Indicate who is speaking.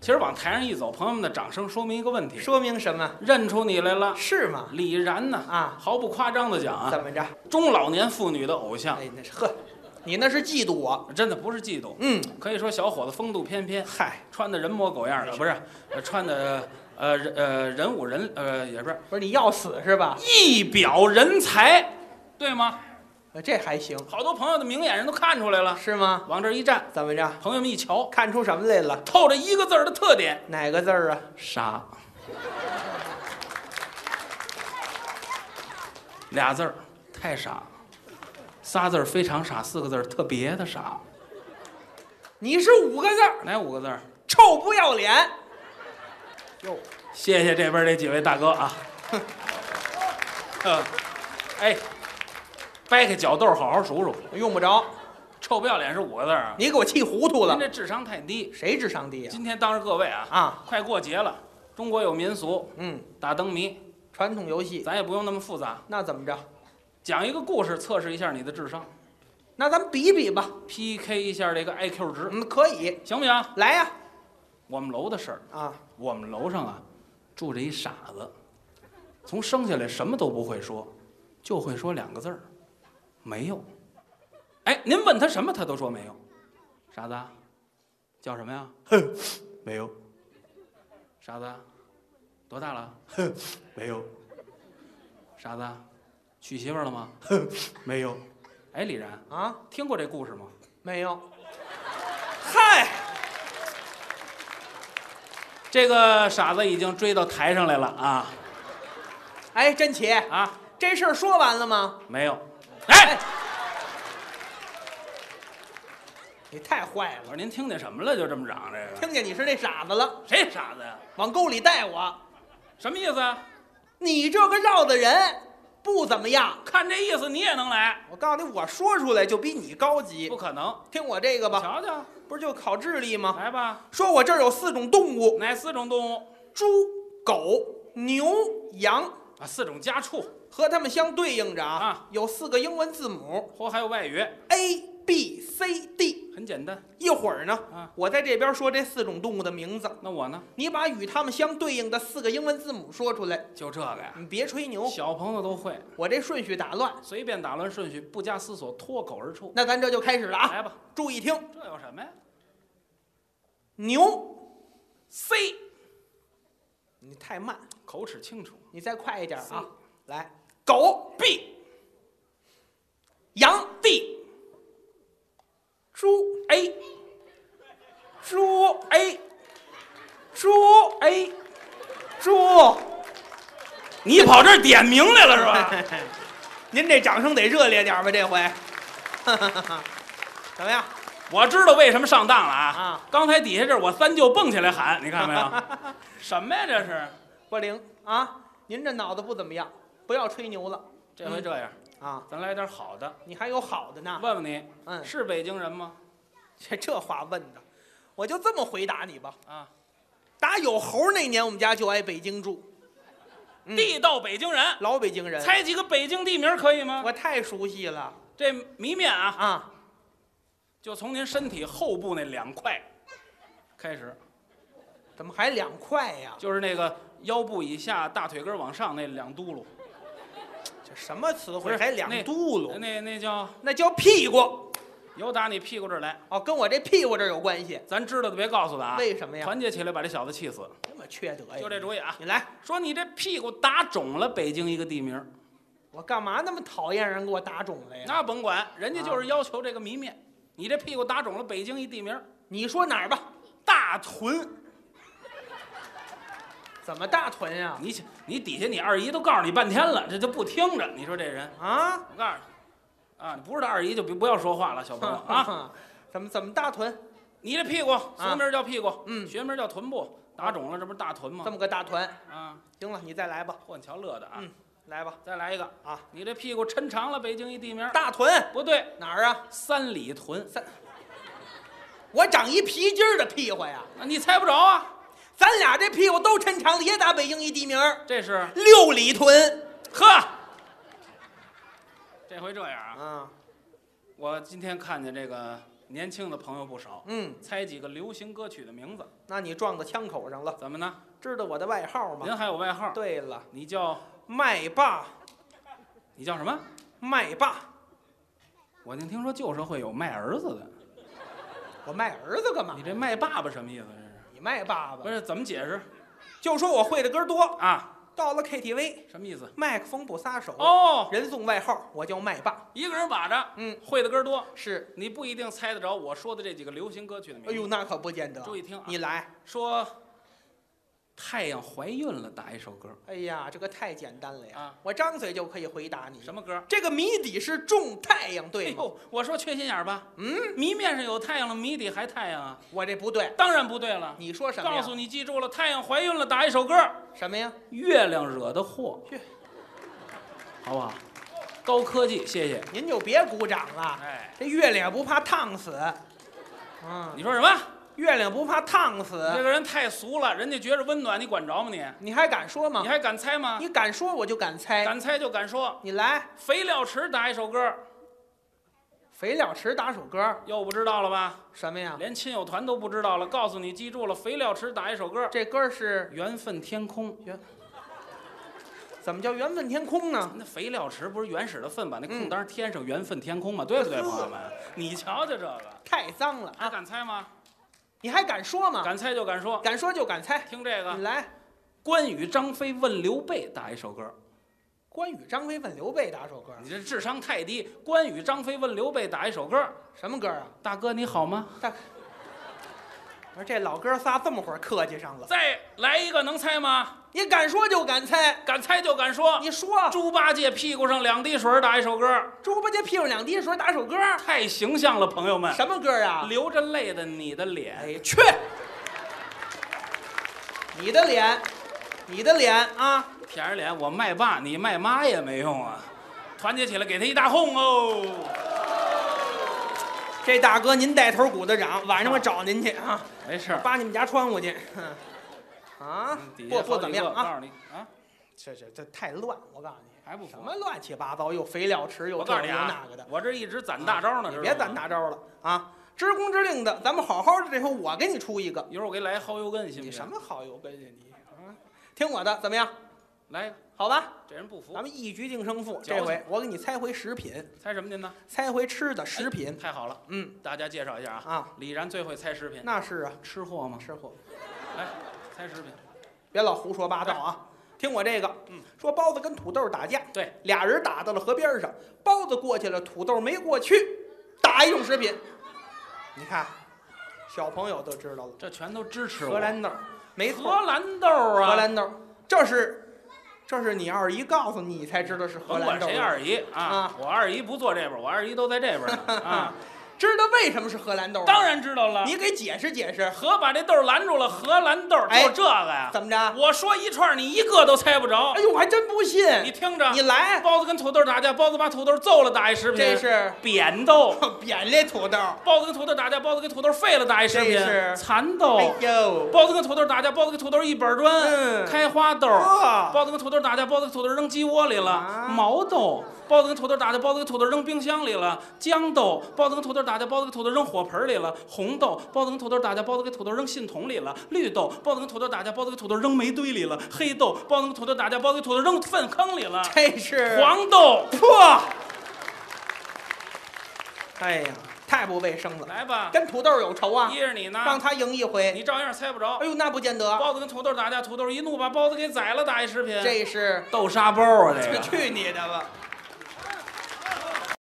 Speaker 1: 其实往台上一走，朋友们的掌声说明一个问题：
Speaker 2: 说明什么？
Speaker 1: 认出你来了，
Speaker 2: 是吗？
Speaker 1: 李然呢？
Speaker 2: 啊，
Speaker 1: 毫不夸张的讲啊，
Speaker 2: 怎么着？
Speaker 1: 中老年妇女的偶像，
Speaker 2: 哎，那是呵，你那是嫉妒我。
Speaker 1: 真的不是嫉妒，
Speaker 2: 嗯，
Speaker 1: 可以说小伙子风度翩翩，
Speaker 2: 嗨，
Speaker 1: 穿的人模狗样的，不是，呃穿的呃人呃人五人呃也不是
Speaker 2: 不是你要死是吧？
Speaker 1: 一表人才，对吗？
Speaker 2: 呃这还行，
Speaker 1: 好多朋友的明眼人都看出来了，
Speaker 2: 是吗？
Speaker 1: 往这儿一站，
Speaker 2: 怎么着？
Speaker 1: 朋友们一瞧，
Speaker 2: 看出什么来了？
Speaker 1: 透着一个字儿的特点：
Speaker 2: 哪个字儿啊？
Speaker 1: 傻。俩字儿，太傻；仨字儿非常傻，四个字儿特别的傻。
Speaker 2: 你是五个字儿，
Speaker 1: 哪五个字儿？
Speaker 2: 臭不要脸。哟，
Speaker 1: 谢谢这边这几位大哥啊。 呃哎，掰开脚豆好好数数，
Speaker 2: 用不着，
Speaker 1: 臭不要脸是五个字儿啊。
Speaker 2: 你给我气糊涂
Speaker 1: 您
Speaker 2: 了。
Speaker 1: 这智商太低。
Speaker 2: 谁智商低呀、
Speaker 1: 今天当着各位啊，
Speaker 2: 啊，
Speaker 1: 快过节了，中国有民俗
Speaker 2: 嗯，
Speaker 1: 打灯谜，
Speaker 2: 传统游戏
Speaker 1: 咱也不用那么复杂，
Speaker 2: 那怎么着？
Speaker 1: 讲一个故事测试一下你的智商
Speaker 2: 那咱们比比吧。
Speaker 1: ，PK 一下这个 IQ 值，
Speaker 2: 嗯，可以，
Speaker 1: 行不行？
Speaker 2: 来呀、
Speaker 1: 我们楼的事儿，
Speaker 2: 啊！
Speaker 1: 我们楼上啊住着一傻子，从生下来什么都不会说，就会说两个字儿，没有。哎，您问他什么，他都说没有。傻子，叫什么呀？
Speaker 3: 没有，
Speaker 1: 傻子，多大了？
Speaker 3: 没有，
Speaker 1: 傻子，娶媳妇儿了吗？
Speaker 3: 没有，
Speaker 1: 哎，李然，
Speaker 2: 啊，
Speaker 1: 听过这故事吗？
Speaker 2: 没有。嗨，
Speaker 1: 这个傻子已经追到台上来了啊
Speaker 2: 哎，真奇，
Speaker 1: 啊！
Speaker 2: 这事儿说完了吗？
Speaker 1: 没有， 哎，
Speaker 2: 你太坏
Speaker 1: 我
Speaker 2: 了，
Speaker 1: 说您听见什么了？就这么嚷这个？
Speaker 2: 听见你是那傻子了，
Speaker 1: 谁傻子呀？
Speaker 2: 往沟里带我。
Speaker 1: 什么意思啊？
Speaker 2: 你这个绕的人不怎么样，
Speaker 1: 看这意思你也能来？
Speaker 2: 我告诉你，我说出来就比你高级
Speaker 1: 不。可能！
Speaker 2: 听我这个吧，
Speaker 1: 瞧瞧，
Speaker 2: 不是就考智力吗？
Speaker 1: 来吧，
Speaker 2: 说我这儿有四种动物：
Speaker 1: 哪四种动物
Speaker 2: 猪、狗、牛、羊。
Speaker 1: 啊？四种家畜，
Speaker 2: 和它们相对应着啊，
Speaker 1: 啊
Speaker 2: 有四个英文字母
Speaker 1: 或还有外语，
Speaker 2: A B C D。
Speaker 1: 很简单。
Speaker 2: 一会儿呢，
Speaker 1: 啊
Speaker 2: 我在这边说这四种动物的名字，
Speaker 1: 那我呢？
Speaker 2: 你把与它们相对应的四个英文字母说出来。
Speaker 1: 就这个呀，
Speaker 2: 你别吹牛，
Speaker 1: 小朋友都会，
Speaker 2: 我这顺序打乱。
Speaker 1: 随便打乱顺序，不加思索，脱口而出。
Speaker 2: 那咱这就开始了啊！
Speaker 1: 来吧，
Speaker 2: 注意听，
Speaker 1: 这有什么呀
Speaker 2: 牛，
Speaker 1: ？C，
Speaker 2: 你太慢，
Speaker 1: 口齿清楚。
Speaker 2: 你再快一点啊
Speaker 1: C！
Speaker 2: 来，狗、
Speaker 1: B
Speaker 2: 羊、
Speaker 1: D
Speaker 2: 猪、
Speaker 1: A
Speaker 2: 猪、
Speaker 1: A
Speaker 2: 猪、
Speaker 1: A，
Speaker 2: 猪。
Speaker 1: 你跑这儿点名来了是吧？
Speaker 2: 您这掌声得热烈点儿吧，这回。 怎么样？
Speaker 1: 我知道为什么上当了啊！
Speaker 2: 啊
Speaker 1: 刚才底下这儿我三舅蹦起来喊，你看没有？ 什么呀这是？
Speaker 2: 不灵啊！您这脑子不怎么样，不要吹牛了
Speaker 1: 这回这样，啊
Speaker 2: 啊！
Speaker 1: 嗯咱来点好的。
Speaker 2: 你还有好的呢。
Speaker 1: 问问你，
Speaker 2: 嗯，
Speaker 1: 是北京人吗？
Speaker 2: 这这话问的，我就这么回答你吧。
Speaker 1: 啊，
Speaker 2: 打有猴那年，我们家就挨北京住，嗯
Speaker 1: 啊地道北京人，
Speaker 2: 老北京人，
Speaker 1: 猜几个北京地名可以吗？
Speaker 2: 我太熟悉了
Speaker 1: 这谜面啊，
Speaker 2: 啊！
Speaker 1: 就从您身体后部那两块开始，
Speaker 2: 怎么还两块呀？
Speaker 1: 就是那个腰部以下、大腿根往上那两嘟噜，
Speaker 2: 这什么词
Speaker 1: 不
Speaker 2: 汇？
Speaker 1: 是
Speaker 2: 还两
Speaker 1: 那
Speaker 2: 嘟噜？
Speaker 1: 那那叫
Speaker 2: 那叫屁股
Speaker 1: 由打你屁股这儿来。
Speaker 2: 哦，跟我这屁股这儿有关系。
Speaker 1: 咱知道的别告诉他啊，
Speaker 2: 为什么呀？哎
Speaker 1: 团结起来把这小子气死。
Speaker 2: 这么缺德呀！
Speaker 1: 就这主意啊，
Speaker 2: 你来，
Speaker 1: 说你这屁股打肿了北京一个地名，
Speaker 2: 我干嘛那么讨厌人给我打肿了哎呀？啊
Speaker 1: 那甭管，人家就是要求这个谜面。你这屁股打肿了北京一地名，
Speaker 2: 你说哪儿吧？
Speaker 1: 大屯。
Speaker 2: 怎么大臀呀？
Speaker 1: 你想你底下你二姨都告诉你半天了，这就不听着。你说这人，
Speaker 2: 啊？
Speaker 1: 我告诉你，啊，你不是他二姨就别不要说话了，小朋友 啊，
Speaker 2: 啊，怎么怎么大臀
Speaker 1: 你这屁股俗名叫屁股，
Speaker 2: 啊嗯
Speaker 1: 学名叫臀部，打肿了这不是大臀吗
Speaker 2: 这？么个大臀？
Speaker 1: 啊，
Speaker 2: 行了，你再来吧，
Speaker 1: 嚯，你瞧乐的嗯啊
Speaker 2: 嗯！来吧，
Speaker 1: 再来一个
Speaker 2: 啊，
Speaker 1: 你这屁股抻长了，北京一地名，
Speaker 2: 大臀
Speaker 1: 不对，
Speaker 2: 哪儿啊？
Speaker 1: 三里屯，
Speaker 2: 我长一皮筋儿的屁股呀！
Speaker 1: 啊你猜不着啊，
Speaker 2: 咱俩这屁股都抻长了，也打北京一地名儿
Speaker 1: 这是
Speaker 2: 六里屯
Speaker 1: 呵，这回这样啊，
Speaker 2: 啊！
Speaker 1: 我今天看见这个年轻的朋友不少，
Speaker 2: 嗯，
Speaker 1: 猜几个流行歌曲的名字，
Speaker 2: 那你撞到枪口上了，
Speaker 1: 怎么呢？
Speaker 2: 知道我的外号吗？
Speaker 1: 您还有外号？
Speaker 2: 对了，
Speaker 1: 你叫
Speaker 2: 麦霸，
Speaker 1: 你叫什么？
Speaker 2: 麦霸，
Speaker 1: 我净听说旧社会有卖儿子的，
Speaker 2: 我卖儿子干嘛
Speaker 1: 你？这卖爸爸什么意思？这是
Speaker 2: 你卖爸
Speaker 1: 不
Speaker 2: 爸？
Speaker 1: 是怎么解释
Speaker 2: 就说我会的歌多，
Speaker 1: 啊？
Speaker 2: 到了 KTV，
Speaker 1: 什么意思？
Speaker 2: 麦克风不撒手，
Speaker 1: 哦，
Speaker 2: 人送外号，我叫麦霸。
Speaker 1: 一个人把着，
Speaker 2: 嗯，
Speaker 1: 会的歌多，
Speaker 2: 是，
Speaker 1: 你不一定猜得着我说的这几个流行歌曲的名
Speaker 2: 哎
Speaker 1: 字。
Speaker 2: 呦，那可不见得。
Speaker 1: 嗯注意听啊
Speaker 2: 你来。
Speaker 1: 说太阳怀孕了，打一首歌，
Speaker 2: 哎呀，这个太简单了呀！
Speaker 1: 啊
Speaker 2: 我张嘴就可以回答你。
Speaker 1: 什
Speaker 2: 么？
Speaker 1: 么歌？
Speaker 2: 这个谜底是种太阳，
Speaker 1: 哎
Speaker 2: 对吗？
Speaker 1: 呦，我说缺心眼儿吧？嗯，谜面上有太阳了，谜底还太阳啊？
Speaker 2: 我这不对。
Speaker 1: 当然不对了。
Speaker 2: 你说什么呀？
Speaker 1: 告诉你，记住了，太阳怀孕了，打一首歌，
Speaker 2: 什么呀？
Speaker 1: 月亮惹的祸
Speaker 2: 去，
Speaker 1: 好不好？高科技，谢谢。
Speaker 2: 您就别鼓掌了。
Speaker 1: 哎，
Speaker 2: 这月亮不怕烫死，嗯，
Speaker 1: 你说什么？
Speaker 2: 月亮不怕烫
Speaker 1: 你这
Speaker 2: 死，
Speaker 1: 个人太俗了，人家觉着温暖，你管着吗你？
Speaker 2: 你还敢说吗
Speaker 1: 你？还敢猜吗？
Speaker 2: 你敢说我就敢猜。
Speaker 1: 敢猜就敢说。
Speaker 2: 你来，
Speaker 1: 肥料池打一首歌，
Speaker 2: 肥料池打首歌，
Speaker 1: 又不知道了吧？
Speaker 2: 什么呀？
Speaker 1: 连亲友团都不知道了。告诉你，记住了，肥料池打一首歌，
Speaker 2: 这歌是
Speaker 1: 缘分天空。
Speaker 2: 怎么叫缘分天空呢？
Speaker 1: 那肥料池不是原始的粪，把那空
Speaker 2: 嗯
Speaker 1: 当添上缘分天空嘛，对不对，
Speaker 2: 呵
Speaker 1: 朋友们？你瞧瞧这个，
Speaker 2: 太脏了
Speaker 1: 还
Speaker 2: 啊！
Speaker 1: 敢猜吗？
Speaker 2: 你还敢说吗？
Speaker 1: 敢猜就敢说。
Speaker 2: 敢说就敢猜。
Speaker 1: 听这
Speaker 2: 你
Speaker 1: 个，
Speaker 2: 来，
Speaker 1: 关羽、张飞问刘备打一首歌，
Speaker 2: 关羽、张飞问刘备打首歌，
Speaker 1: 你这智商太低。关羽、张飞问刘备打一首歌，
Speaker 2: 什么歌啊？
Speaker 1: 大哥你好吗？
Speaker 2: 我说这老哥仨这么会儿客气上了，
Speaker 1: 再来一个，能猜吗？
Speaker 2: 你敢说就敢猜，
Speaker 1: 敢猜就敢说。
Speaker 2: 你说
Speaker 1: 猪八戒屁股上两滴水打一首歌，
Speaker 2: 猪八戒屁股两滴水打首歌，
Speaker 1: 太形象了，朋友们。
Speaker 2: 什么歌啊？
Speaker 1: 流着泪的你的脸，
Speaker 2: 哎，去！你的脸，你的脸啊！
Speaker 1: 舔着脸，我卖爸，你卖妈也没用啊！团结起来，给他一大哄哦！
Speaker 2: 这大哥您带头鼓的掌，晚上我找您去啊，
Speaker 1: 没事儿，
Speaker 2: 扒你们家窗户去。哼啊，
Speaker 1: 嗯底下
Speaker 2: 不不
Speaker 1: 好几
Speaker 2: 怎么样
Speaker 1: 个
Speaker 2: 啊！
Speaker 1: 告诉你啊，
Speaker 2: 这这这太乱，我告诉你，
Speaker 1: 还不服
Speaker 2: 什么乱七八糟，又肥料池，又
Speaker 1: 我告诉
Speaker 2: 这
Speaker 1: 你
Speaker 2: 又
Speaker 1: 啊
Speaker 2: 那个的，，啊
Speaker 1: 我这一直攒大招呢，知
Speaker 2: 你
Speaker 1: 道
Speaker 2: 别
Speaker 1: 吗
Speaker 2: 咱。大招了啊！知公知令的，咱们好好的，这回我给你出一个。
Speaker 1: 一会儿我给你来一薅油根，信
Speaker 2: 你
Speaker 1: 不
Speaker 2: 什
Speaker 1: 信？
Speaker 2: 么好油根呀你？啊，听我的，怎么样？
Speaker 1: 来一个，
Speaker 2: 好吧，
Speaker 1: 这人不服
Speaker 2: 咱，们一局定胜负。
Speaker 1: 矫情
Speaker 2: 这回我给你猜回食品，
Speaker 1: 猜什么您呢？哎
Speaker 2: 猜回吃的食品。
Speaker 1: 太好了，
Speaker 2: 嗯
Speaker 1: 大家介绍一下啊，
Speaker 2: 啊，
Speaker 1: 李然最会猜食品，
Speaker 2: 那是啊，
Speaker 1: 吃货吗？
Speaker 2: 吃货，
Speaker 1: 来，猜食品，
Speaker 2: 别老胡说八道啊！听我这个，
Speaker 1: 嗯，
Speaker 2: 说包子跟土豆打架，
Speaker 1: 对，
Speaker 2: 俩人打到了河边上，包子过去了，土豆没过去，打一用食品。你看，小朋友都知道了，
Speaker 1: 这全都支持我。
Speaker 2: 荷兰豆，没错，
Speaker 1: 荷兰豆啊，
Speaker 2: 荷兰豆，这是，这是你二姨告诉你才知道是荷
Speaker 1: 甭
Speaker 2: 兰
Speaker 1: 管
Speaker 2: 豆的。
Speaker 1: 谁二姨啊
Speaker 2: 啊，
Speaker 1: 我二姨不坐这边，我二姨都在这边 呢啊。
Speaker 2: 知道为什么是荷兰豆吗？
Speaker 1: 当，然知啊道了，
Speaker 2: 你给解释解释，
Speaker 1: 河把这豆拦住了，荷兰豆
Speaker 2: 哎
Speaker 1: 就这个呀。
Speaker 2: 怎么着？
Speaker 1: 我说一串，你一个都猜不着
Speaker 2: 哎。呦，我还真不信，
Speaker 1: 你听着，
Speaker 2: 你来，
Speaker 1: 包子跟土豆打架，包子把土豆揍了，打一食品。
Speaker 2: 这是
Speaker 1: 扁豆，
Speaker 2: 扁这土豆，
Speaker 1: 包子跟土豆打架，包子跟土豆废了，打一食品。
Speaker 2: 这是
Speaker 1: 蚕豆，
Speaker 2: 哎呦，
Speaker 1: 包子跟土豆打架，包子跟土豆一板砖。
Speaker 2: 嗯
Speaker 1: 开花豆，
Speaker 2: 呵，
Speaker 1: 包子跟土豆打架，包子跟土豆扔鸡窝里了；
Speaker 2: 啊
Speaker 1: 毛豆，包子跟土豆打架，包子跟土豆扔冰箱里了；豇豆，包子跟土豆打架，包子跟土豆扔火盆里了；红豆，包子跟土豆打架，包子跟土豆扔信筒里了；绿豆，包子跟土豆打架，包子跟土豆扔煤堆里了；黑豆，包子跟土豆打架，包子跟土豆扔粪坑里了；
Speaker 2: 这是
Speaker 1: 黄豆，
Speaker 2: 破。哎呀，太不卫生了，
Speaker 1: 来吧，
Speaker 2: 跟土豆有仇啊，
Speaker 1: 依着你呢，
Speaker 2: 让他赢一回。
Speaker 1: 你照样猜不着
Speaker 2: 哎。呦，那不见得，
Speaker 1: 包子跟土豆打架，土豆一怒把包子给宰了，打一食品。
Speaker 2: 这是
Speaker 1: 豆沙包啊，这
Speaker 2: 去
Speaker 1: 个
Speaker 2: 去你的吧！